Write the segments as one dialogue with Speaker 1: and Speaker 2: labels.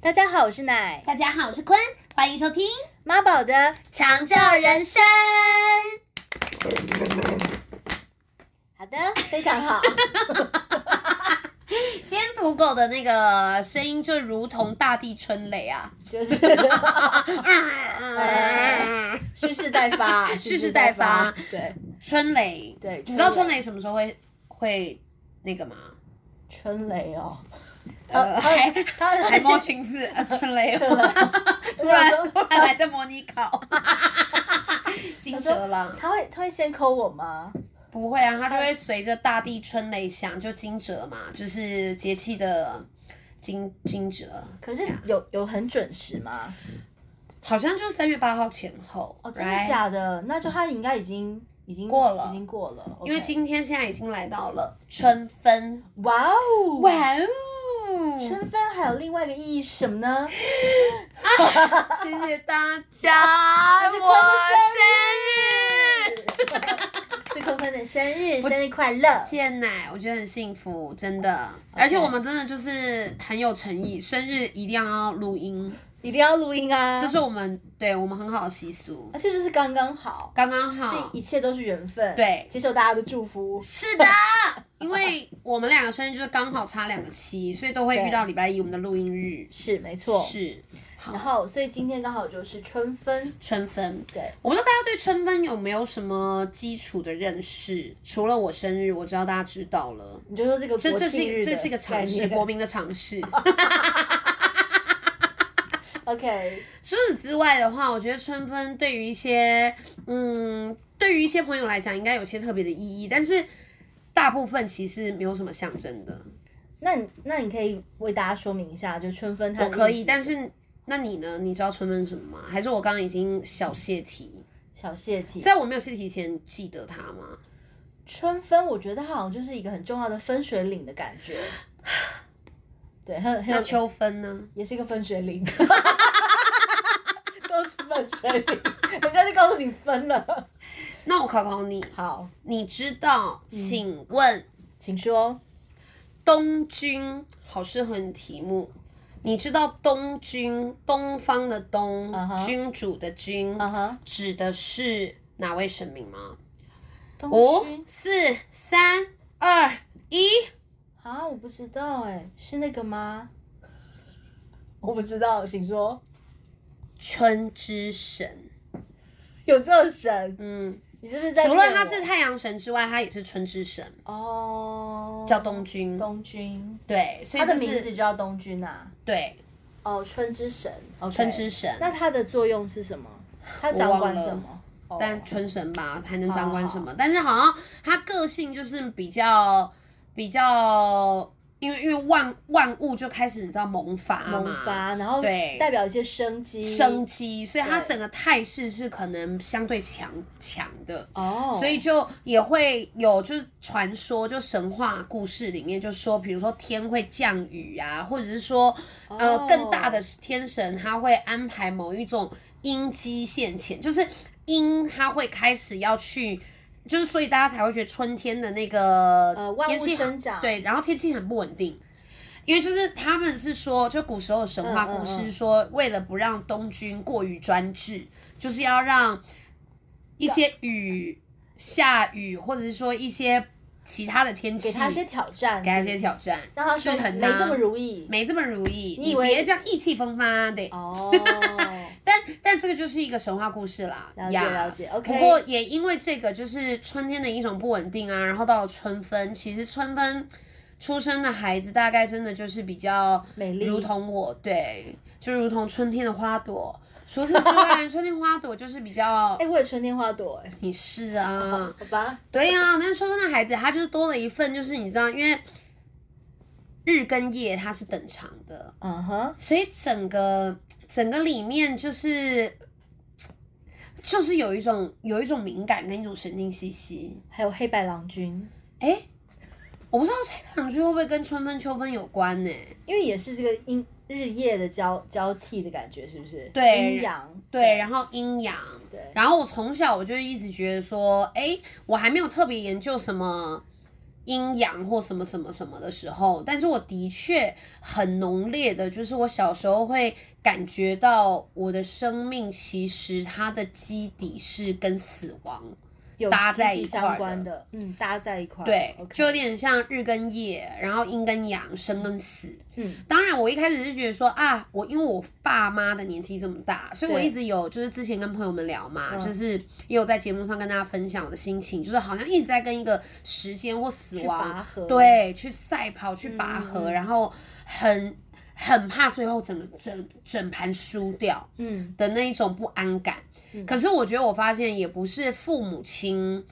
Speaker 1: 大家好，我是奶
Speaker 2: 大家好，我是坤，欢迎收听《
Speaker 1: 妈宝的
Speaker 2: 长照人生》。
Speaker 1: 好的，非常 好。
Speaker 2: 今天土狗的那个声音就如同大地春雷啊！
Speaker 1: 就是 蓄势待发，
Speaker 2: 蓄势待发。
Speaker 1: 对
Speaker 2: 春雷，
Speaker 1: 对，
Speaker 2: 你知道春雷什么时候会会那个吗？
Speaker 1: 春雷哦，
Speaker 2: 呃，还
Speaker 1: 他
Speaker 2: 还
Speaker 1: 还
Speaker 2: 摸
Speaker 1: 是啊
Speaker 2: 裙子， 呃春雷，
Speaker 1: 春雷
Speaker 2: 突然突然来的模拟考，惊蛰了。
Speaker 1: 他会他会先抠我吗？
Speaker 2: 不会啊，它就会随着大地春雷响，就惊蛰嘛，就是节气的惊惊蛰，
Speaker 1: 可是
Speaker 2: 啊
Speaker 1: 有有很准时吗？
Speaker 2: 好像就是三月八号前后。
Speaker 1: 哦，真的
Speaker 2: right？
Speaker 1: 假的？那就他应该已经已经
Speaker 2: 过了
Speaker 1: 已经过了，
Speaker 2: 因为
Speaker 1: OK
Speaker 2: 今天现在已经来到了春分，
Speaker 1: 哇哦
Speaker 2: 哇哦！
Speaker 1: 春分还有另外一个意义是什么呢？
Speaker 2: 谢谢大 家，
Speaker 1: 这是坤的
Speaker 2: 我生日，
Speaker 1: 是坤坤的生日，生日快乐！
Speaker 2: 谢谢奶，我觉得很幸福，真的。而且我们真的就是很有诚意，生日一定要录音，
Speaker 1: 一定要录音啊！
Speaker 2: 这是我们对我们很好的习俗，
Speaker 1: 而且就是刚刚好，
Speaker 2: 刚刚好
Speaker 1: 是。一切都是缘分。
Speaker 2: 对
Speaker 1: 接受大家的祝福。
Speaker 2: 是的，因为我们两个生日就是刚好差两个七，所以都会遇到礼拜一我们的录音日。
Speaker 1: 是没错，
Speaker 2: 是，
Speaker 1: 然
Speaker 2: 好，
Speaker 1: 后所以今天刚好就是春分，
Speaker 2: 春分。
Speaker 1: 对，
Speaker 2: 我不知道大家对春分有没有什么基础的认识，除了我生日，我知道大家知道了。
Speaker 1: 你就说这个
Speaker 2: 这
Speaker 1: 国
Speaker 2: 这
Speaker 1: 庆
Speaker 2: 是一
Speaker 1: 日
Speaker 2: 个
Speaker 1: 的
Speaker 2: 这是一个
Speaker 1: 概
Speaker 2: 常识，
Speaker 1: 念
Speaker 2: 国民的常识。
Speaker 1: OK，
Speaker 2: 除此之外的话，我觉得春分对于一些嗯，对于一些朋友来讲，应该有些特别的意义，但是大部分其实没有什么象征的。
Speaker 1: 那你那你可以为大家说明一下，就春分它的
Speaker 2: 我可
Speaker 1: 意
Speaker 2: 以，
Speaker 1: 思
Speaker 2: 但是那你呢？你知道春分是什么吗？还是我刚刚已经小泄题？
Speaker 1: 小泄题。
Speaker 2: 在我没有泄题前记得它吗？
Speaker 1: 春分，我觉得它好像就是一个很重要的分水岭的感 觉。对，很很
Speaker 2: 那
Speaker 1: 有
Speaker 2: 秋分呢？
Speaker 1: 也是一个分水岭， 都是分水岭，人家就告诉你分了。
Speaker 2: 那我考考你，
Speaker 1: 好，
Speaker 2: 你知道？
Speaker 1: 嗯
Speaker 2: 请问
Speaker 1: 请说。
Speaker 2: 东君好适合你题目。你知道东君，东方的东
Speaker 1: 嗯哼
Speaker 2: 君主的君
Speaker 1: 嗯哼，
Speaker 2: 指的是哪位神明吗？
Speaker 1: 东
Speaker 2: 五
Speaker 1: 区
Speaker 2: 四三二一，
Speaker 1: 啊，我不知道哎、是那个吗？我不知道，请说。
Speaker 2: 春之神。
Speaker 1: 有这种神？
Speaker 2: 嗯，
Speaker 1: 你是不是在
Speaker 2: 除
Speaker 1: 骗我？
Speaker 2: 了他是太阳神之外，他也是春之神，
Speaker 1: 哦，
Speaker 2: 叫东君。
Speaker 1: 东君，
Speaker 2: 对，所以
Speaker 1: 他的
Speaker 2: 这
Speaker 1: 名字
Speaker 2: 是
Speaker 1: 就叫东君啊。
Speaker 2: 对
Speaker 1: 哦，春之神，OK，
Speaker 2: 春之神
Speaker 1: 那它的作用是什么？它掌管什么？哦
Speaker 2: 但春神吧，还能掌管什
Speaker 1: 好
Speaker 2: 么？但是好像他个性就是比较比较，因为因为万万物就开始你知道萌发嘛，
Speaker 1: 萌发，然后
Speaker 2: 对
Speaker 1: 代表一些生机，
Speaker 2: 生机，所以他
Speaker 1: 对
Speaker 2: 整个态势是可能相对强强的。
Speaker 1: 哦，
Speaker 2: 所以就也会有，就是传说，就神话故事里面就说，比如说天会降雨啊，或者是说，呃，
Speaker 1: 哦
Speaker 2: 更大的天神他会安排某一种阴机现前，就是阴他会开始要去，就是所以大家才会觉得春天的那个
Speaker 1: 呃万物
Speaker 2: 天气很
Speaker 1: 生长
Speaker 2: 对，然后天气很不稳定。因为就是他们是说，就古时候的神话故
Speaker 1: 嗯嗯
Speaker 2: 事
Speaker 1: 嗯
Speaker 2: 说，为了不让东军过于专制，就是要让一些雨下雨，或者是说一些其他的天气，
Speaker 1: 给他一些挑战，
Speaker 2: 给他一
Speaker 1: 是
Speaker 2: 些
Speaker 1: 不是
Speaker 2: 挑战，
Speaker 1: 让他
Speaker 2: 制
Speaker 1: 说
Speaker 2: 衡
Speaker 1: 没
Speaker 2: 他
Speaker 1: 这么如意。
Speaker 2: 没这么如意，
Speaker 1: 你以
Speaker 2: 你
Speaker 1: 为
Speaker 2: 别这样意气风发对。
Speaker 1: 哦，
Speaker 2: 但但这个就是一个神话故事啦，
Speaker 1: 了解
Speaker 2: 呀
Speaker 1: 了解，OK
Speaker 2: 不过也因为这个，就是春天的一种不稳定啊，然后到了春分，其实春分出生的孩子大概真的就是比较
Speaker 1: 美丽
Speaker 2: 如同我对，就如同春天的花朵。除此 之外，春天花朵就是比较
Speaker 1: 哎、，我也春天花朵哎、
Speaker 2: 你是啊，
Speaker 1: 好吧，
Speaker 2: 对呀、但是春分的孩子他就是多了一份，就是你知道，因为日跟夜它是等长的，
Speaker 1: 嗯哼，
Speaker 2: 所以整个整个里面就是就是有一种有一种敏感跟一种神经兮兮。
Speaker 1: 还有黑白郎君，
Speaker 2: 哎，我不知道这两句会不会跟春分秋分有关呢、
Speaker 1: 因为也是这个阴日夜的交交替的感觉，是不是？
Speaker 2: 对
Speaker 1: 阴阳，
Speaker 2: 对，然后阴阳，
Speaker 1: 对
Speaker 2: 然后我从小我就一直觉得说，哎，我还没有特别研究什么阴阳或什么什么什么的时候，但是我的确很浓烈的，就是我小时候会感觉到我的生命其实它的基底是跟死亡
Speaker 1: 有
Speaker 2: 搭
Speaker 1: 息
Speaker 2: 在
Speaker 1: 息
Speaker 2: 一块
Speaker 1: 相
Speaker 2: 儿
Speaker 1: 关
Speaker 2: 的
Speaker 1: 的，嗯，搭在一块儿，
Speaker 2: 对
Speaker 1: OK
Speaker 2: 就有点像日跟夜，然后阴跟阳，生跟死。
Speaker 1: 嗯，
Speaker 2: 当然我一开始是觉得说啊，我因为我爸妈的年纪这么大，所以我
Speaker 1: 对
Speaker 2: 一直有就是之前跟朋友们聊嘛，
Speaker 1: 嗯
Speaker 2: 就是也有在节目上跟大家分享我的心情，就是好像一直在跟一个时间或死
Speaker 1: 去
Speaker 2: 亡
Speaker 1: 拔河，，
Speaker 2: 对，去赛跑，去拔河，
Speaker 1: 嗯嗯
Speaker 2: 然后很很怕最后整个整整盘输掉
Speaker 1: 嗯，
Speaker 2: 的那一种不安感。可是我觉得我发现也不是父母亲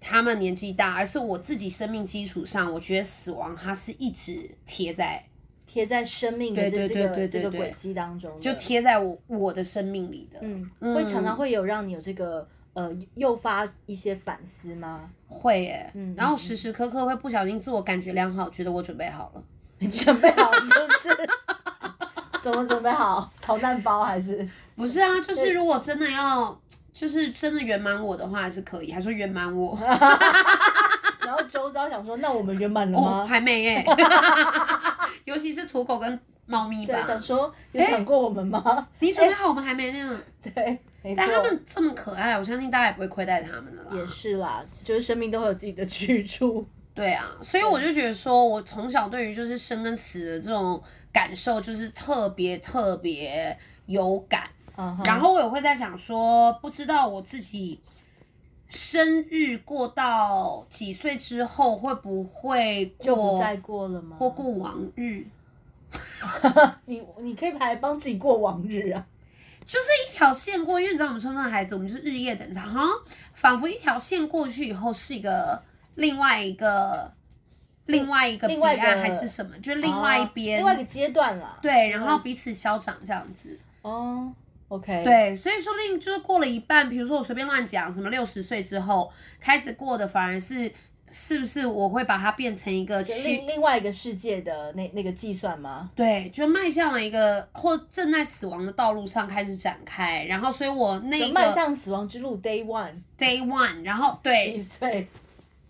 Speaker 2: 他们年纪大，而是我自己生命基础上，我觉得死亡它是一直贴在
Speaker 1: 贴在生命的
Speaker 2: 对
Speaker 1: 这
Speaker 2: 对
Speaker 1: 这
Speaker 2: 对
Speaker 1: 个
Speaker 2: 对
Speaker 1: 这
Speaker 2: 对
Speaker 1: 个
Speaker 2: 对
Speaker 1: 轨迹当中的，
Speaker 2: 就贴在我我的生命里的，
Speaker 1: 嗯，会常常会有让你有这个呃诱发一些反思 吗？
Speaker 2: 会耶、
Speaker 1: 嗯
Speaker 2: 然后
Speaker 1: 嗯
Speaker 2: 时时刻刻会不小心自我感觉良好，觉得我准备好了。
Speaker 1: 你准备好是不是？ 怎么准备好？逃难包还是？
Speaker 2: 不是啊，就是如果真的要，就是真的圆满我的话，还是可以。还说圆满我，
Speaker 1: 啊然后周遭想说，那我们圆满了
Speaker 2: 哦，
Speaker 1: 吗？
Speaker 2: 还 没耶、 尤其是土狗跟猫咪
Speaker 1: 对，想
Speaker 2: 吧。
Speaker 1: 说有
Speaker 2: 哎
Speaker 1: 想过我们吗？
Speaker 2: 你准备好，我们还没那样。
Speaker 1: 对，哎没错
Speaker 2: 但，他们这么可爱，我相信大家也不会亏待他们的啦。
Speaker 1: 也是啦，就是生命都会有自己的去处。
Speaker 2: 对啊，所以我就觉得说，我从小对于就是生跟死的这种感受，就是特别特别有感。
Speaker 1: 嗯哼，
Speaker 2: 然后我也会在想说，不知道我自己生日过到几岁之后，会不会
Speaker 1: 就不
Speaker 2: 过
Speaker 1: 再过了吗？
Speaker 2: 或过往日，
Speaker 1: 你你可以还帮自己过往日啊。
Speaker 2: 就是一条线过。因为你知道我们春分的孩子，我们就是日夜等长，好像仿佛一条线过去以后是一个另外一个另外一个
Speaker 1: 另
Speaker 2: 彼
Speaker 1: 外一个
Speaker 2: 岸还是什么，就是另外一边。
Speaker 1: 哦另外一个阶段啦。
Speaker 2: 对，然后彼此消长这样子，
Speaker 1: 哦，OK，，
Speaker 2: 对，所以说不定就是过了一半，比如说我随便乱讲，什么六十岁之后开始过的，反而是是不是我会把它变成一个
Speaker 1: 另
Speaker 2: 去
Speaker 1: 另外一个世界的那那个计算吗？
Speaker 2: 对，就迈向了一个或正在死亡的道路上开始展开，然后所以我那
Speaker 1: 就迈
Speaker 2: 个
Speaker 1: 向死亡之路 Day One，
Speaker 2: day one，然后
Speaker 1: 一
Speaker 2: 对
Speaker 1: 岁，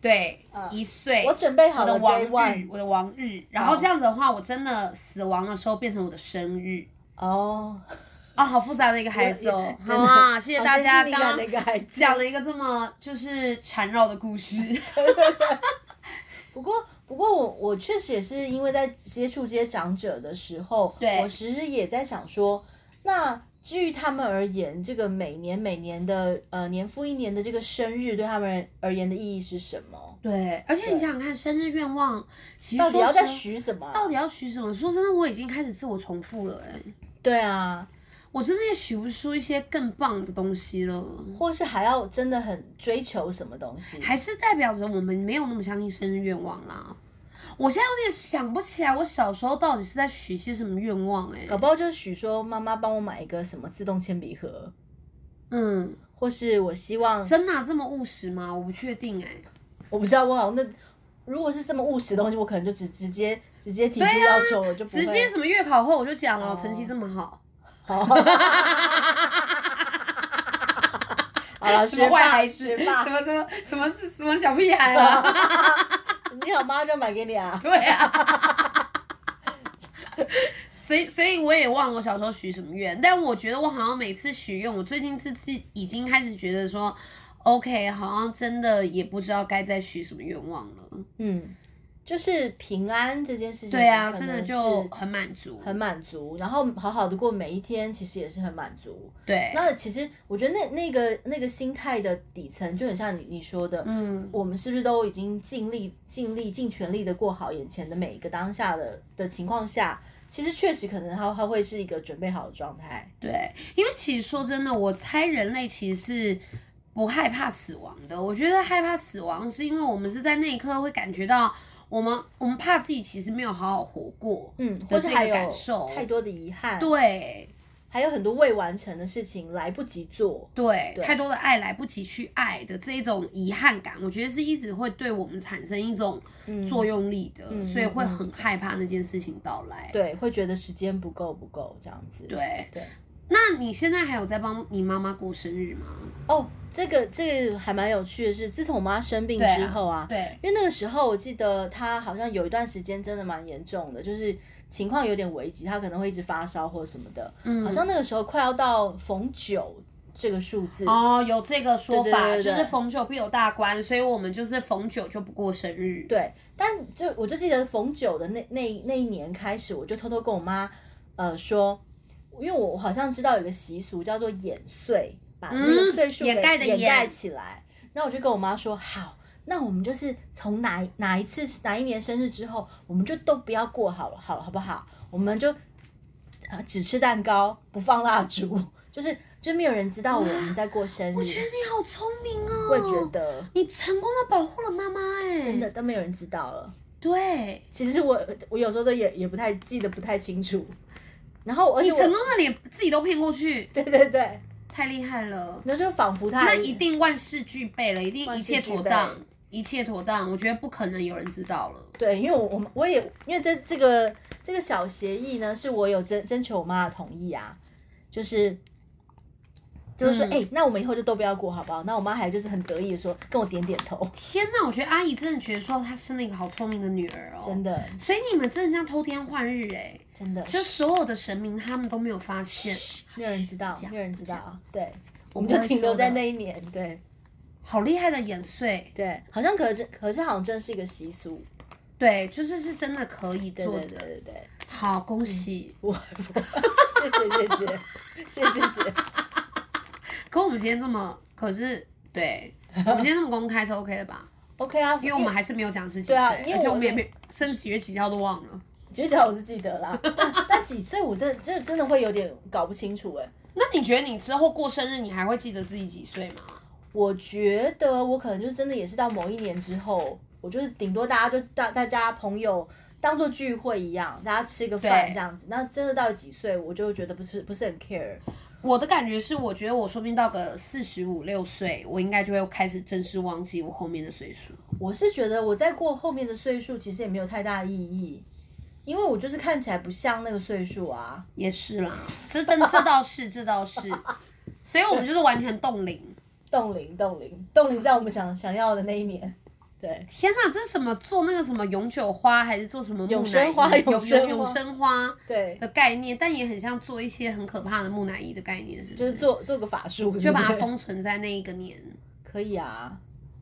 Speaker 2: 对
Speaker 1: 嗯
Speaker 2: 一岁
Speaker 1: 我。准备好
Speaker 2: 哎我的
Speaker 1: 了
Speaker 2: 王
Speaker 1: Day
Speaker 2: 日
Speaker 1: One，，嗯
Speaker 2: 我的王日，然后这样子的话，我真的死亡的时候变成我的生日
Speaker 1: 哦，
Speaker 2: 哦，好复杂的一个孩子哦，
Speaker 1: 真的
Speaker 2: 好啊，谢谢
Speaker 1: 好
Speaker 2: 大
Speaker 1: 神
Speaker 2: 家，
Speaker 1: 经敏感
Speaker 2: 刚刚
Speaker 1: 的一个孩子。
Speaker 2: 讲了一个这么就是缠绕的 故事，
Speaker 1: 不过，不过我我确实也是因为在接触这些长者的时候，
Speaker 2: 对
Speaker 1: 我其实也在想说，那至于他们而言，这个每年每年的呃年复一年的这个生日，对他们而言的意义是什么？
Speaker 2: 对，而且你想想看，生日愿望其实
Speaker 1: 到底要在
Speaker 2: 说实
Speaker 1: 许什么啊？
Speaker 2: 到底要许什么？说真的，我已经开始自我重复了、欸，
Speaker 1: 对啊，
Speaker 2: 我真的也许不出一些更棒的东西了，
Speaker 1: 或是还要真的很追求什么东西？
Speaker 2: 还是代表着我们没有那么相信生日愿望啦。我现在有点想不起来，我小时候到底是在许些什么愿望、欸？
Speaker 1: 搞不好就是许说妈妈帮我买一个什么自动铅笔盒，
Speaker 2: 嗯，
Speaker 1: 或是我希望
Speaker 2: 真的啊、这么务实吗？我不确定、欸，哎，
Speaker 1: 我不知道，我好像那如果是这么务实的东西，我可能就直直接直接提出要求了，就不会
Speaker 2: 啊直接什么月考后我就讲了，成绩这么好。
Speaker 1: 好。好了，
Speaker 2: 什么坏孩子，
Speaker 1: 学
Speaker 2: 什
Speaker 1: 霸，学
Speaker 2: 么什么什么是什么小屁孩 啊？
Speaker 1: 霸你好妈就买给你啊。
Speaker 2: 对啊。 所以，所以我也忘了我小时候许什么愿，但我觉得我好像每次许愿，我最近是自已经开始觉得说，OK，好像真的也不知道该再许什么愿望了。
Speaker 1: 嗯，就是平安这件事情，
Speaker 2: 对啊，
Speaker 1: 可
Speaker 2: 真
Speaker 1: 能
Speaker 2: 的就是很满足。
Speaker 1: 很满足，然后好好的过每一天，其实也是很满足。
Speaker 2: 对，
Speaker 1: 那其实我觉得那那个那个心态的底层，就很像你你说的，
Speaker 2: 嗯，
Speaker 1: 我们是不是都已经尽力、尽力、尽全力的过好眼前的每一个当下的的情况下，其实确实可能它它会是一个准备好的状态。
Speaker 2: 对，因为其实说真的，我猜人类其实是不害怕死亡的。我觉得害怕死亡，是因为我们是在那一刻会感觉到，我们我们怕自己其实没有好好活过。
Speaker 1: 嗯，
Speaker 2: 的
Speaker 1: 或是
Speaker 2: 这
Speaker 1: 还
Speaker 2: 个
Speaker 1: 有
Speaker 2: 感受
Speaker 1: 太多的遗憾，，
Speaker 2: 对
Speaker 1: 还有很多未完成的事情来不及做。
Speaker 2: 对，
Speaker 1: 对
Speaker 2: 太多的爱来不及去爱的这一种遗憾感，我觉得是一直会对我们产生一种作用力的，
Speaker 1: 嗯
Speaker 2: 所以会
Speaker 1: 嗯
Speaker 2: 很害怕那件事情到来。
Speaker 1: 对，会觉得时间不够不够这样子。
Speaker 2: 对
Speaker 1: 对，
Speaker 2: 那你现在还有在帮你妈妈过生日吗？
Speaker 1: 哦，这个这个还蛮有趣的是，自从我妈生病之后啊，
Speaker 2: 对，
Speaker 1: 因为那个时候我记得她好像有一段时间真的蛮严重的，就是情况有点危急，她可能会一直发烧或什么的。
Speaker 2: 嗯，
Speaker 1: 好像那个时候快要到逢九这个数字，
Speaker 2: 哦，有这个说法，
Speaker 1: 对对对对
Speaker 2: 就是逢九必有大关，所以我们就是逢九就不过生日。
Speaker 1: 对，但就我就记得逢九的那那那一年开始，我就偷偷跟我妈呃说，因为我好像知道有个习俗叫做掩岁，把那个
Speaker 2: 嗯
Speaker 1: 岁数给
Speaker 2: 掩盖的
Speaker 1: 掩
Speaker 2: 掩
Speaker 1: 盖起来。然后我就跟我妈说，好，那我们就是从哪哪一次哪一年生日之后，我们就都不要过好了，好了好不好？我们就啊只吃蛋糕，不放蜡烛， 就是就没有人知道我们在过生日。
Speaker 2: 我觉得哎你好聪明哦，
Speaker 1: 我也觉得
Speaker 2: 你成功的保护了妈妈、哎，
Speaker 1: 真的，都没有人知道了。
Speaker 2: 对，
Speaker 1: 其实我我有时候都也也不太记得不太清楚，然后而
Speaker 2: 你
Speaker 1: 且
Speaker 2: 成
Speaker 1: 我
Speaker 2: 功的连自己都骗过去，
Speaker 1: 对对对，
Speaker 2: 太厉害了。
Speaker 1: 那就仿佛他
Speaker 2: 那一定万事俱备了，一定
Speaker 1: 万
Speaker 2: 一
Speaker 1: 事
Speaker 2: 切
Speaker 1: 俱
Speaker 2: 妥
Speaker 1: 备
Speaker 2: 当，一切妥当。我觉得不可能有人知道了。
Speaker 1: 对，因为我我们我也因为这这个这个小协议呢，是我有征征求我妈的同意啊，就是就是说，
Speaker 2: 嗯
Speaker 1: 哎、那我们以后就都不要过好不好？那我妈还就是很得意的说，跟我点点头，
Speaker 2: 天哪，我觉得阿姨真的觉得说她生了一个好聪明的女儿哦。
Speaker 1: 真的
Speaker 2: 所以你们真的这样偷天换日哎、
Speaker 1: 真的，
Speaker 2: 就所有的神明他们都没有发现，
Speaker 1: 没有人知道
Speaker 2: 这，样
Speaker 1: 没有人知
Speaker 2: 这样
Speaker 1: 道，对，我
Speaker 2: 我
Speaker 1: 们
Speaker 2: 不
Speaker 1: 就
Speaker 2: 会
Speaker 1: 停留
Speaker 2: 说
Speaker 1: 在
Speaker 2: 的
Speaker 1: 那一年，对
Speaker 2: 好厉害的眼碎，
Speaker 1: 对，好像可是可是好像真是一个习俗，
Speaker 2: 对，就是是真的可以
Speaker 1: 对
Speaker 2: 做
Speaker 1: 对对
Speaker 2: 的。
Speaker 1: 对嗯对。
Speaker 2: 好，恭喜！
Speaker 1: 我我谢谢谢谢谢谢谢谢，
Speaker 2: 可我们今天这么，可是对我们今天这么公开是 OK 的 吧？
Speaker 1: OK 啊，
Speaker 2: 因为我们还是没有讲是几岁，
Speaker 1: 对啊因为
Speaker 2: 而且
Speaker 1: 我
Speaker 2: 我们也
Speaker 1: 也
Speaker 2: 没生几月几号都忘了。
Speaker 1: 绝小我是记得啦，但但几岁我真的真的真的会有点搞不清楚哎、
Speaker 2: 那你觉得你之后过生日，你还会记得自己几岁吗？
Speaker 1: 我觉得我可能就是真的也是到某一年之后，我就是顶多大家就大大家朋友当做聚会一样，大家吃个饭
Speaker 2: 对
Speaker 1: 这样子。那真的到几岁，我就觉得不是不是很 care。
Speaker 2: 我的感觉是，我觉得我说不定到个四十五六岁，我应该就会开始正式忘记我后面的岁数。
Speaker 1: 我是觉得我在过后面的岁数其实也没有太大意义，因为我就是看起来不像那个岁数啊。
Speaker 2: 也是啦，这真这倒是这倒是，所以我们就是完全冻龄。
Speaker 1: 冻龄冻龄冻龄在我们想想要的那一年，对。
Speaker 2: 天哪，这是什么做那个什么永久花，还是做什么木乃伊
Speaker 1: 永生花
Speaker 2: 永
Speaker 1: 永生花
Speaker 2: 永永生花
Speaker 1: 对，
Speaker 2: 的概念？但也很像做一些很可怕的木乃伊的概念，是不？
Speaker 1: 就是是做 做个法术，
Speaker 2: 就把它
Speaker 1: 是不是
Speaker 2: 封存在那一个年。
Speaker 1: 可以啊。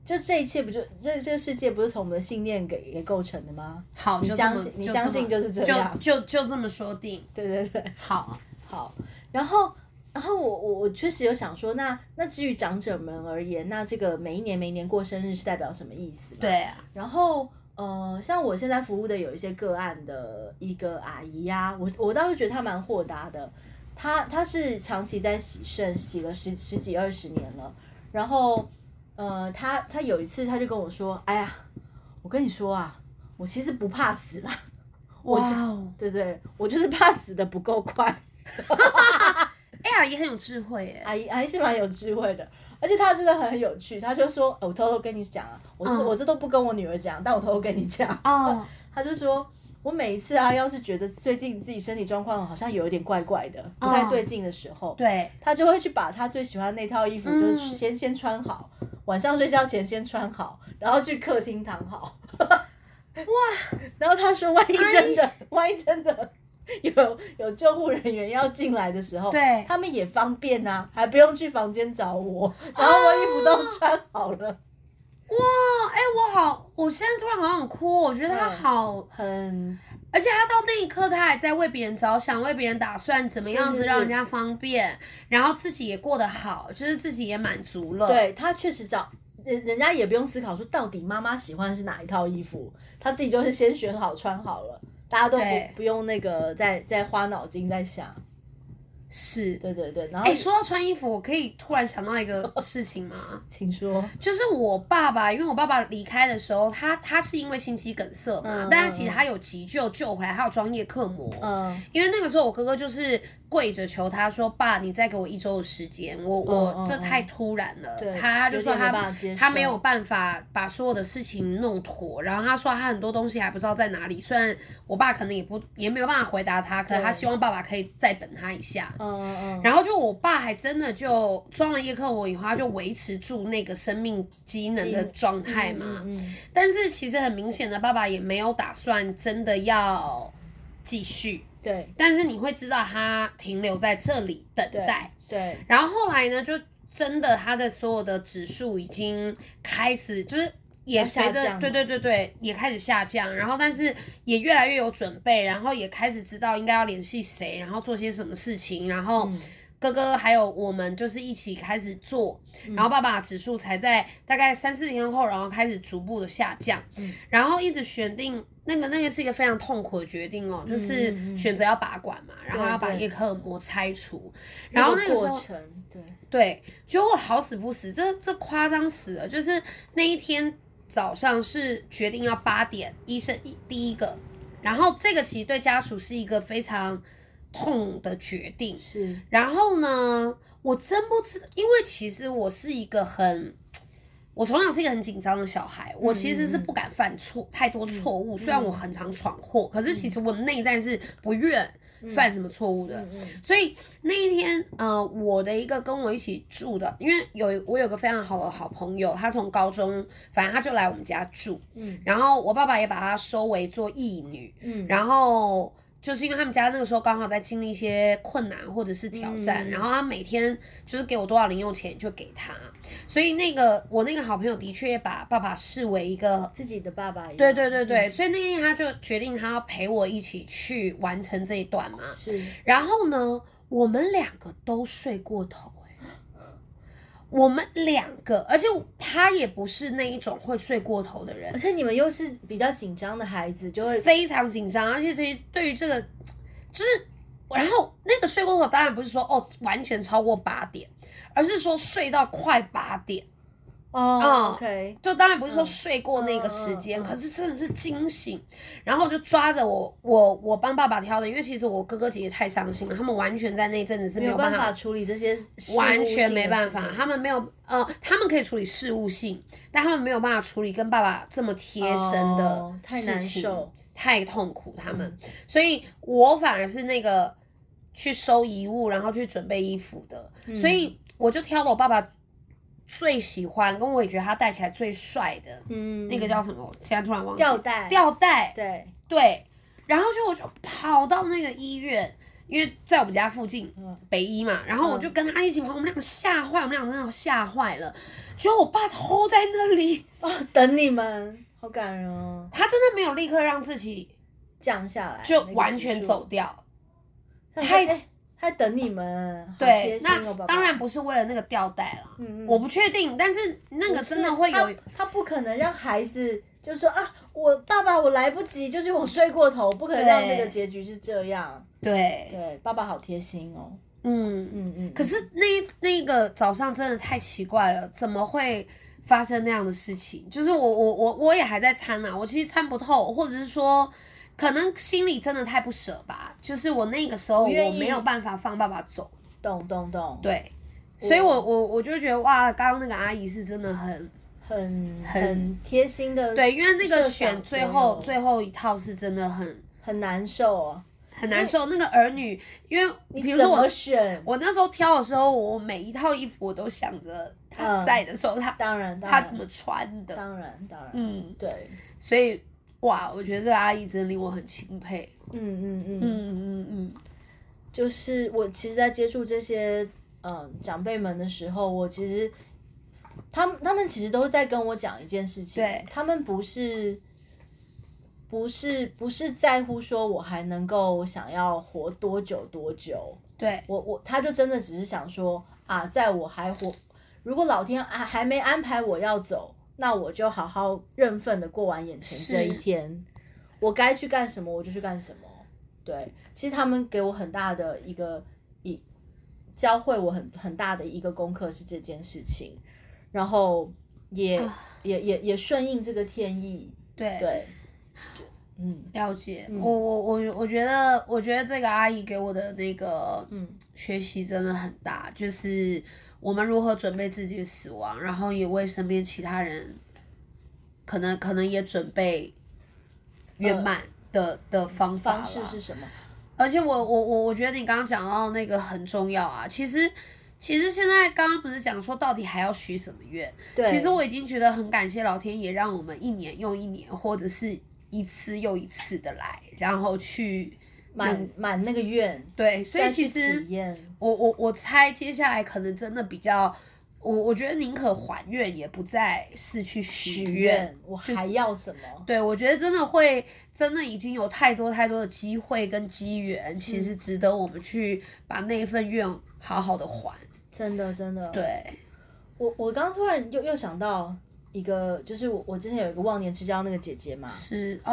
Speaker 1: 就这一切不就这这个世界不是从我们的信念给给构成的吗？
Speaker 2: 好，
Speaker 1: 你
Speaker 2: 就这么
Speaker 1: 相信你
Speaker 2: 就
Speaker 1: 相
Speaker 2: 这么
Speaker 1: 信就是这样
Speaker 2: 就就就这么说定。
Speaker 1: 对对对，
Speaker 2: 好，
Speaker 1: 好。 然后然后我我我确实有想说，那那至于长者们而言，那这个每一年每一年过生日是代表什么意思？。
Speaker 2: 对啊，
Speaker 1: 然后呃，像我现在服务的有一些个案的一个阿姨呀、我我倒是觉得她蛮豁达的。她她是长期在洗肾，洗了十十几二十年了。然后呃，她她有一次她就跟我说：“哎呀，我跟你说啊，我其实不怕死啦，我
Speaker 2: 哇
Speaker 1: 就
Speaker 2: 哦，
Speaker 1: 对对，我就是怕死的不够快。”
Speaker 2: 哎呀，也很有智慧耶。
Speaker 1: 阿姨阿姨是蛮有智慧的，而且她真的很有趣。她就说：“呃我偷偷跟你讲啊，我这、
Speaker 2: 嗯
Speaker 1: 我这都不跟我女儿讲，但我偷偷跟你讲。”
Speaker 2: 哦，
Speaker 1: 他就说，我每一次啊，要是觉得最近自己身体状况好像有一点怪怪的，不太对劲的时候，
Speaker 2: 对，
Speaker 1: 他就会去把他最喜欢的那套衣服，
Speaker 2: 嗯
Speaker 1: 就是先、先穿好，晚上睡觉前先穿好，然后去客厅躺好。哇！ 然后他说，万一真的，万一真的。 有有救护人员要进来的时候，
Speaker 2: 对
Speaker 1: 他们也方便啊，还不用去房间找我，然后我衣服都穿好了，
Speaker 2: 哇，哎、我好，我现在突然好想哭，我觉得他
Speaker 1: 嗯
Speaker 2: 好。
Speaker 1: 很
Speaker 2: 而且他到那一刻，他还在为别人着想，为别人打算，怎么样子
Speaker 1: 是是
Speaker 2: 让人家方便，然后自己也过得好，就是自己也满足了。，
Speaker 1: 对他确实找人，人家也不用思考说到底妈妈喜欢的是哪一套衣服，他自己就是先选好穿好了，大家都不
Speaker 2: 对
Speaker 1: 不用那个再再花脑筋在想。
Speaker 2: 是。
Speaker 1: 对对对，然后、
Speaker 2: 哎、说到穿衣服，我可以突然想到一 个事情吗？
Speaker 1: 请说，
Speaker 2: 就是我爸爸，因为我爸爸离开的时候，他他是因为心肌梗塞嘛，
Speaker 1: 嗯
Speaker 2: 但是其实他有急救救回来，还有装叶克膜。
Speaker 1: 嗯
Speaker 2: 因为那个时候我哥哥就是跪着求他说：“爸，你再给我一周的时间，我我、
Speaker 1: 嗯嗯嗯
Speaker 2: 这太突然了。
Speaker 1: 对
Speaker 2: 他他就
Speaker 1: 有
Speaker 2: 说
Speaker 1: 点没
Speaker 2: 他
Speaker 1: 办法接
Speaker 2: 他
Speaker 1: 受
Speaker 2: 没有办法把所有的事情弄妥，然后他说他很多东西还不知道在哪里。虽然我爸可能也不也没有办法回答他，可是他
Speaker 1: 对
Speaker 2: 希望爸爸可以再等他一下。
Speaker 1: 嗯嗯，
Speaker 2: 然后就我爸还真的就装了叶克膜以后，他就维持住那个生命机能的状态嘛。
Speaker 1: 嗯嗯
Speaker 2: 但是其实很明显的，爸爸也没有打算真的要继续，
Speaker 1: 对
Speaker 2: 但是你会知道他停留在这里等
Speaker 1: 对
Speaker 2: 待。
Speaker 1: 对，
Speaker 2: 然后后来呢，就真的他的所有的指数已经开始就是。也
Speaker 1: 要下
Speaker 2: 随着
Speaker 1: 降
Speaker 2: 对
Speaker 1: 嘛
Speaker 2: 对对对，也开始下降，然后但是也越来越有准备，然后也开始知道应该要联系谁，然后做些什么事情，然后
Speaker 1: 嗯
Speaker 2: 哥哥还有我们就是一起开始做，
Speaker 1: 嗯
Speaker 2: 然后爸爸的指数才在大概三四天后，然后开始逐步的下降，
Speaker 1: 嗯
Speaker 2: 然后一直选定那个那个是一个非常痛苦的决定哦，就是
Speaker 1: 嗯嗯
Speaker 2: 选择要拔管嘛，然后
Speaker 1: 对
Speaker 2: 要把
Speaker 1: 对
Speaker 2: 叶克膜拆除，然后那个时
Speaker 1: 过
Speaker 2: 候
Speaker 1: 程对，
Speaker 2: 对，结果好死不死，这这夸张死了，就是那一天早上是决定要八点，医生一第一个，然后这个其实对家属是一个非常痛的决定，
Speaker 1: 是
Speaker 2: 然后呢，我真不知，因为其实我是一个很，我从小是一个很紧张的小孩，我其实是
Speaker 1: 嗯
Speaker 2: 不敢犯错太多错误，虽然我很常闯祸，可是其实我内在是不愿犯什么错误的。
Speaker 1: 嗯
Speaker 2: 所以那一天，呃，我的一个跟我一起住的，因为有我有个非常好的好朋友，他从高中，反正他就来我们家住，
Speaker 1: 嗯
Speaker 2: 然后我爸爸也把他收为做义女，
Speaker 1: 嗯，
Speaker 2: 然后就是因为他们家那个时候刚好在经历一些困难或者是挑战，
Speaker 1: 嗯
Speaker 2: 然后他每天就是给我多少零用钱就给他，所以那个我那个好朋友的确也把爸爸视为一个。
Speaker 1: 自己的爸爸一样嗯
Speaker 2: 对对对对，所以那天他就决定他要陪我一起去完成这一段嘛。
Speaker 1: 是
Speaker 2: 然后呢，我们两个都睡过头、欸，我们两个，而且他也不是那一种会睡过头的人
Speaker 1: 而，且你们又是比较紧张的孩子，就会
Speaker 2: 非常紧张，而且其实对于这个，就是，然后那个睡过头当然不是说哦完全超过八点，而是说睡到快八点，嗯
Speaker 1: 哦，OK，
Speaker 2: 就当然不是说睡过那个时间，
Speaker 1: 嗯嗯嗯
Speaker 2: 可是真的是惊醒，然后我就抓着我我我帮爸爸挑的，因为其实我哥哥姐姐太伤心了，他们完全在那一阵子是
Speaker 1: 没
Speaker 2: 没有
Speaker 1: 有
Speaker 2: 办
Speaker 1: 办
Speaker 2: 法
Speaker 1: 法处理这些事务性的
Speaker 2: 完全没办法
Speaker 1: 事，情
Speaker 2: 他们没有呃，他们可以处理事务性，但他们没有办法处理跟爸爸这么贴身的
Speaker 1: 哦太
Speaker 2: 事
Speaker 1: 难
Speaker 2: 情，
Speaker 1: 受嗯
Speaker 2: 太痛苦他们，所以我反而是那个去收遗物，然后去准备衣服的，
Speaker 1: 嗯
Speaker 2: 所以我就挑了我爸爸最喜欢，跟我也觉得他戴起来最帅的、
Speaker 1: 嗯，
Speaker 2: 那个叫什么？我现在突然忘记
Speaker 1: 吊带，
Speaker 2: 吊带，
Speaker 1: 对，
Speaker 2: 对，然后就我就跑到那个医院，因为在我们家附近
Speaker 1: 嗯
Speaker 2: 北医嘛，然后我
Speaker 1: 嗯
Speaker 2: 就跟他一起跑，我们两个吓坏，我们两个真的吓坏了。结果我爸偷在那里，
Speaker 1: 哦，等你们，好感人哦，
Speaker 2: 他真的没有立刻让自己
Speaker 1: 降下来
Speaker 2: 就
Speaker 1: 那个
Speaker 2: 完
Speaker 1: 指
Speaker 2: 全
Speaker 1: 数
Speaker 2: 走，掉。
Speaker 1: 他
Speaker 2: 太
Speaker 1: 在他在等你们，好
Speaker 2: 对
Speaker 1: 贴，心哦
Speaker 2: 那
Speaker 1: 宝宝
Speaker 2: 当然不是为了那个吊带啦，
Speaker 1: 嗯嗯
Speaker 2: 我不确定，但是那个
Speaker 1: 不是
Speaker 2: 真的会有，
Speaker 1: 他，他不可能让孩子就说啊，我爸爸我来不及，就是因为我睡过头，不可能让
Speaker 2: 对
Speaker 1: 这个结局是这样。
Speaker 2: 对，
Speaker 1: 对，爸爸好贴心哦。
Speaker 2: 嗯。
Speaker 1: 嗯嗯，
Speaker 2: 可是那一那个早上真的太奇怪了，怎么会发生那样的事情？就是我我我我也还在参啊，我其实参不透，或者是说，可能心里真的太不舍吧。就是我那个时候我
Speaker 1: 不愿意
Speaker 2: 没有办法放爸爸走，
Speaker 1: 懂懂懂，，
Speaker 2: 对，所以我我我就觉得哇，刚刚那个阿姨是真的很
Speaker 1: 很
Speaker 2: 很
Speaker 1: 很贴心的，
Speaker 2: 对，因为那
Speaker 1: 设
Speaker 2: 个
Speaker 1: 想
Speaker 2: 选最
Speaker 1: 所
Speaker 2: 后
Speaker 1: 有
Speaker 2: 最后一套是真的很
Speaker 1: 很难受哦。
Speaker 2: 很难受。那个儿女，因为比
Speaker 1: 你
Speaker 2: 如
Speaker 1: 怎
Speaker 2: 说我
Speaker 1: 么选？
Speaker 2: 我那时候挑的时候，我每一套衣服我都想着他
Speaker 1: 嗯
Speaker 2: 在的时候他。
Speaker 1: 当然，当
Speaker 2: 他怎
Speaker 1: 然，
Speaker 2: 么穿的。
Speaker 1: 当然，当然，
Speaker 2: 嗯，
Speaker 1: 对，
Speaker 2: 所以哇，我觉得这个阿姨真的令我很钦佩。
Speaker 1: 嗯嗯嗯，
Speaker 2: 嗯嗯嗯，
Speaker 1: 就是我其实，在接触这些嗯长辈们的时候，我其实他们他们其实都在跟我讲一件事情，
Speaker 2: 对
Speaker 1: 他们不是不是不是在乎说我还能够想要活多久多久，
Speaker 2: 对
Speaker 1: 我我他就真的只是想说啊，在我还活，如果老天啊还没安排我要走，那我就好好认份的过完眼前这一
Speaker 2: 是
Speaker 1: 天，我该去干什么我就去干什么。对，其实他们给我很大的一个一教会我很很大的一个功课是这件事情，然后也、也也也顺应这个天意，
Speaker 2: 啊对
Speaker 1: 对，嗯，
Speaker 2: 了解，我我我我觉得，我觉得这个阿姨给我的那个嗯学习真的很大，就是我们如何准备自己的死亡，然后也为身边其他人，可能可能也准备圆满的、的方法
Speaker 1: 呃方式
Speaker 2: 啦
Speaker 1: 是什么？
Speaker 2: 而且我我我我觉得你刚刚讲到那个很重要啊，其实。其实现在刚刚不是讲说到底还要许什么愿？其实我已经觉得很感谢老天爷，让我们一年又一年，或者是一次又一次的来，然后去
Speaker 1: 满满那个愿，
Speaker 2: 对，所以
Speaker 1: 再去
Speaker 2: 其实
Speaker 1: 体验，
Speaker 2: 我我我猜接下来可能真的比较，我我觉得宁可还愿，也不再是去许
Speaker 1: 许
Speaker 2: 愿
Speaker 1: 愿，。我还要什么？
Speaker 2: 对，我觉得真的会，真的已经有太多太多的机会跟机缘，其
Speaker 1: 嗯
Speaker 2: 实值得我们去把那一份愿好好的还。
Speaker 1: 真的真的，对
Speaker 2: 对，
Speaker 1: 我我刚突然又又想到一个，就是我我之前有一个忘年之交那个姐姐嘛，
Speaker 2: 是哦，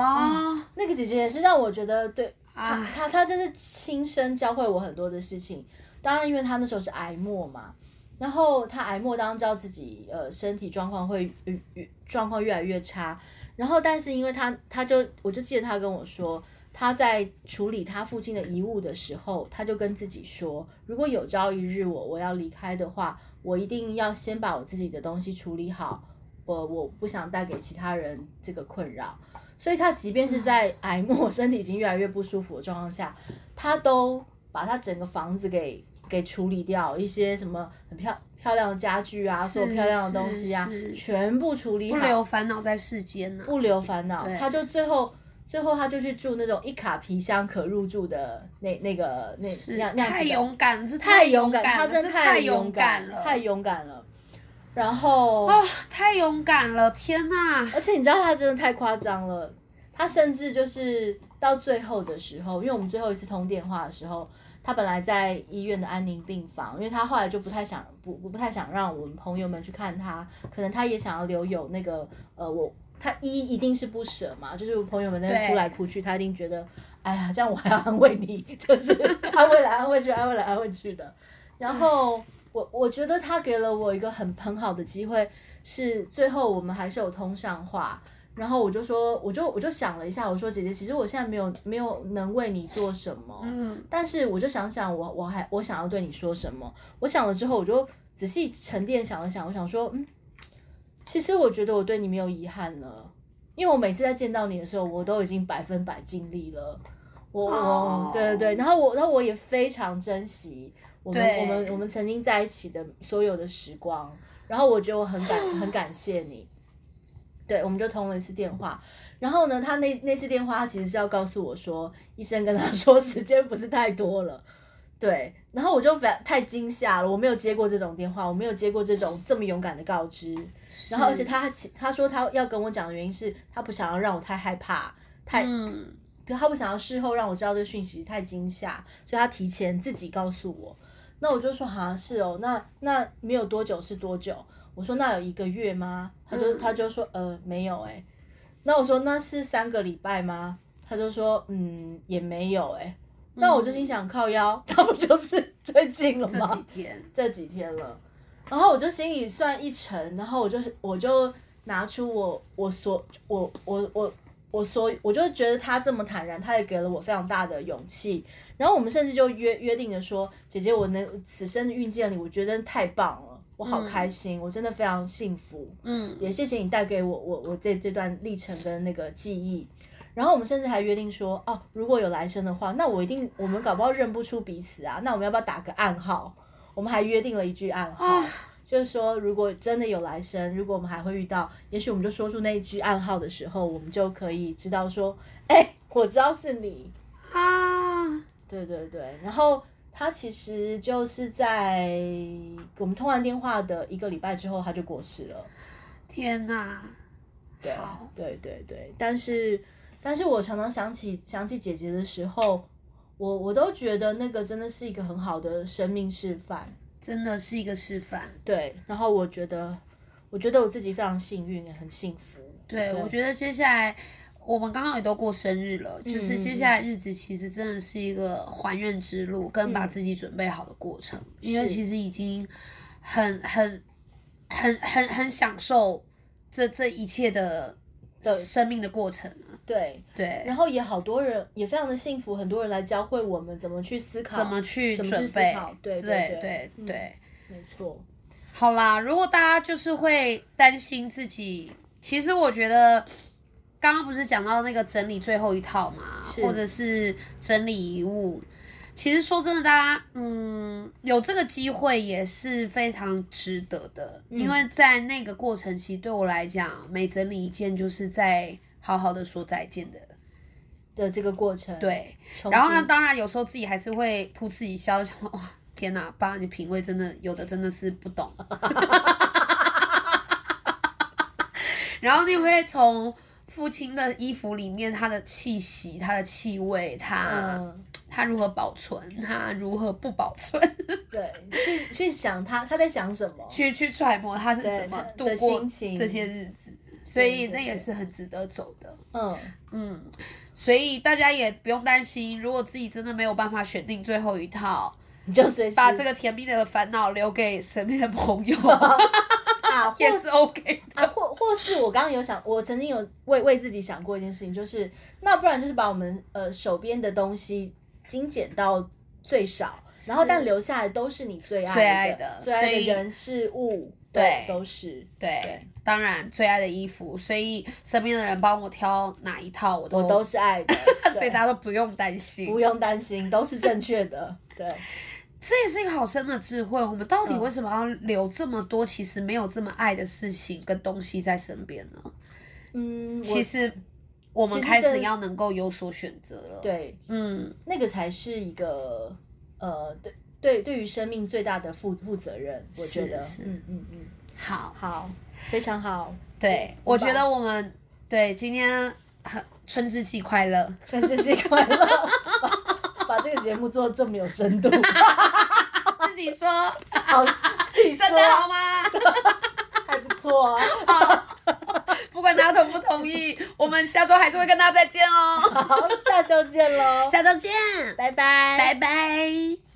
Speaker 1: 那个姐姐也是让我觉得对她她她真是亲身教会我很多的事情。当然，因为她那时候是癌末嘛，然后她癌末当然知道自己呃身体状况会越越状况越来越差，然后但是因为她她就我就记得她跟我说。她在处理她父亲的遗物的时候，她就跟自己说：如果有朝一日我我要离开的话，我一定要先把我自己的东西处理好，我我不想带给其他人这个困扰。所以他即便
Speaker 2: 嗯
Speaker 1: 是在癌末、 身体已经越来越不舒服的状况下，他都把他整个房子给给处理掉，一些什么很漂漂亮的家具啊，所有漂亮的东西啊
Speaker 2: 是是，
Speaker 1: 全部处理好，
Speaker 2: 不留烦恼在世间呢、
Speaker 1: 不留烦恼，他就最后最后他就去住那种一卡皮箱可入住的那那个那
Speaker 2: 是
Speaker 1: 那样那样
Speaker 2: 太
Speaker 1: 子的
Speaker 2: 勇敢了，这
Speaker 1: 太
Speaker 2: 勇
Speaker 1: 勇敢，他
Speaker 2: 了，
Speaker 1: 真
Speaker 2: 这
Speaker 1: 的
Speaker 2: 太
Speaker 1: 勇
Speaker 2: 敢
Speaker 1: 敢
Speaker 2: 了，
Speaker 1: 太勇敢了。然后，
Speaker 2: 哦，太勇敢了！天呐，
Speaker 1: 而且你知道他真的太夸张了，他甚至就是到最后的时候，因为我们最后一次通电话的时候，他本来在医院的安宁病房，因为他后来就不太想不不不太想让我们朋友们去看他，可能他也想要留有那个呃我。他一一定是不舍嘛，就是朋友们在那边
Speaker 2: 对
Speaker 1: 哭来哭去，他一定觉得，哎呀，这样我还要安慰你， 就是安慰来安慰去，安慰来安慰去的。然后我我觉得他给了我一个很很好的机会，是最后我们还是有通上话。然后我就说，我就我就想了一下，我说姐姐，其实我现在没有没有能为你做什么，
Speaker 2: 嗯，
Speaker 1: 但是我就想想我我还我想要对你说什么。我想了之后，我就仔细沉淀想了想，我想说，嗯，其实我觉得我对你没有遗憾了，因为我每次在见到你的时候，我都已经百分百尽力了。我我、
Speaker 2: 哦
Speaker 1: 对对对，然后我然后我也非常珍惜我们
Speaker 2: 对
Speaker 1: 我们我们曾经在一起的所有的时光，然后我觉得我很感很感谢你。对，我们就通了一次电话，然后呢，他那那次电话，他其实是要告诉我说，医生跟他 说时间不是太多了，对，然后我就非太惊吓了，我没有接过这种电话，我没有接过这种这么勇敢的告知， 然后而且他其他说他要跟我讲的原因是他不想要让我太害怕，太
Speaker 2: 嗯，
Speaker 1: 他不想要事后让我知道这个讯息太惊吓，所以他提前自己告诉我。那我就说好像、是哦，那那没有多久是多久？我说那有一个月吗？他就、他就说呃没有诶、那我说那是三个礼拜吗？他就说嗯也没有诶、那我就心想靠腰， 那不就是最近了
Speaker 2: 这
Speaker 1: 吗
Speaker 2: 几？天
Speaker 1: 这几天了，然后我就心里算一沉，然后我就我就拿出我我所我我我我所我就觉得他这么坦然，他也给了我非常大的勇气。然后我们甚至就约约定着说，姐姐，我能此生遇见你，我觉得太棒了，我好开心，我真的非常幸福。
Speaker 2: 嗯，
Speaker 1: 也谢谢你带给我我我这这段历程跟那个记忆。然后我们甚至还约定说，哦，如果有来生的话，那我一定我们搞不好认不出彼此啊，那我们要不要打个暗号？我们还约定了一句暗号，
Speaker 2: 啊
Speaker 1: 就是说如果真的有来生，如果我们还会遇到，也许我们就说出那一句暗号的时候，我们就可以知道说，哎、我知道是你，
Speaker 2: 啊，
Speaker 1: 对对对，然后他其实就是在我们通完电话的一个礼拜之后，他就过世了。
Speaker 2: 天呐，
Speaker 1: 对啊
Speaker 2: 好
Speaker 1: 对对对，但是但是我常常想起想起姐姐的时候，我我都觉得那个真的是一个很好的生命示范。
Speaker 2: 真的是一个示范。
Speaker 1: 对，然后我觉得我觉得我自己非常幸运，也很幸福。
Speaker 2: 对，我觉得接下来我们刚好也都过生日了，
Speaker 1: 嗯
Speaker 2: 就是接下来日子其实真的是一个还愿之路，跟把自己准备好的过程，因为
Speaker 1: 嗯是
Speaker 2: 其实已经很很很很很享受这这一切的生命的过程啊。
Speaker 1: 对，
Speaker 2: 对，
Speaker 1: 然后也好多人也非常的幸福，很多人来教会我们怎么去思考，
Speaker 2: 怎么去
Speaker 1: 怎
Speaker 2: 准
Speaker 1: 么去思
Speaker 2: 备
Speaker 1: 考？对
Speaker 2: 对
Speaker 1: 对
Speaker 2: 对
Speaker 1: 嗯
Speaker 2: 对
Speaker 1: 没错，
Speaker 2: 好啦，如果大家就是会担心自己，其实我觉得刚刚不是讲到那个整理最后一套嘛，
Speaker 1: 是
Speaker 2: 或者是整理遗物。其实说真的，大家嗯有这个机会也是非常值得的，因
Speaker 1: 嗯
Speaker 2: 为在那个过程，其实对我来讲，每整理一件就是在好好的说再见的。
Speaker 1: 的这个过程，
Speaker 2: 对，
Speaker 1: 重新，
Speaker 2: 然后呢，当然有时候自己还是会噗嗤一笑， 想说哇天哪，爸，你品味真的有的真的是不懂。 然后你会从父亲的衣服里面，他的气息、他的气味，他、
Speaker 1: 嗯，
Speaker 2: 他如何保存，他如何不保存，
Speaker 1: 对，去去想他他在想什么，
Speaker 2: 去去揣摩他是
Speaker 1: 对
Speaker 2: 怎么
Speaker 1: 他
Speaker 2: 度
Speaker 1: 的
Speaker 2: 过
Speaker 1: 心情
Speaker 2: 这些日子，所以
Speaker 1: 对
Speaker 2: 那也
Speaker 1: 对
Speaker 2: 是很值得走的。
Speaker 1: 嗯，
Speaker 2: 嗯，所以大家也不用担心，如果自己真的没有办法选定最后一套，
Speaker 1: 你就随时
Speaker 2: 把这个甜蜜的烦恼留给身边的 朋友
Speaker 1: 啊，或
Speaker 2: 也是 OK 的。
Speaker 1: 啊，或或是我刚刚有想，我曾经有为为自己想过一件事情，就是那不然就是把我们呃手边的东西精简到最少，然后但留下来都是你最爱
Speaker 2: 最爱
Speaker 1: 的
Speaker 2: 的
Speaker 1: 最爱
Speaker 2: 所
Speaker 1: 的
Speaker 2: 以
Speaker 1: 人事物，
Speaker 2: 对
Speaker 1: 都是
Speaker 2: 对，当然最爱的衣服，所以身边的人帮我挑哪一套，我都
Speaker 1: 我都是爱的，
Speaker 2: 所以
Speaker 1: 对
Speaker 2: 大家都不用担心
Speaker 1: 不。用担心，都是正确的，对，
Speaker 2: 这也是一个好深的智慧。我们到
Speaker 1: 嗯
Speaker 2: 底为什么要留这么多其实没有这么爱的事情跟东西在身边呢？
Speaker 1: 嗯，
Speaker 2: 其
Speaker 1: 其
Speaker 2: 实我们
Speaker 1: 其实
Speaker 2: 开
Speaker 1: 这
Speaker 2: 始要能够有所选择了。，
Speaker 1: 对
Speaker 2: 嗯，
Speaker 1: 那个才是一个呃对。对，对于生命最大的负负责任，我觉
Speaker 2: 是
Speaker 1: 得，
Speaker 2: 是
Speaker 1: 嗯嗯嗯，
Speaker 2: 好，
Speaker 1: 好，非常好，
Speaker 2: 对，我觉得我们对今天很春之季 快乐。
Speaker 1: 春节节快乐！把 把这个节目做得这么有深度，
Speaker 2: 自己说，
Speaker 1: 好，自己说
Speaker 2: 真的好吗？
Speaker 1: 还不错啊。
Speaker 2: 不管大家同不同意，我们下周还是会跟大家再见哦。
Speaker 1: 好，下周见喽，
Speaker 2: 下周见，
Speaker 1: 拜拜，
Speaker 2: 拜拜。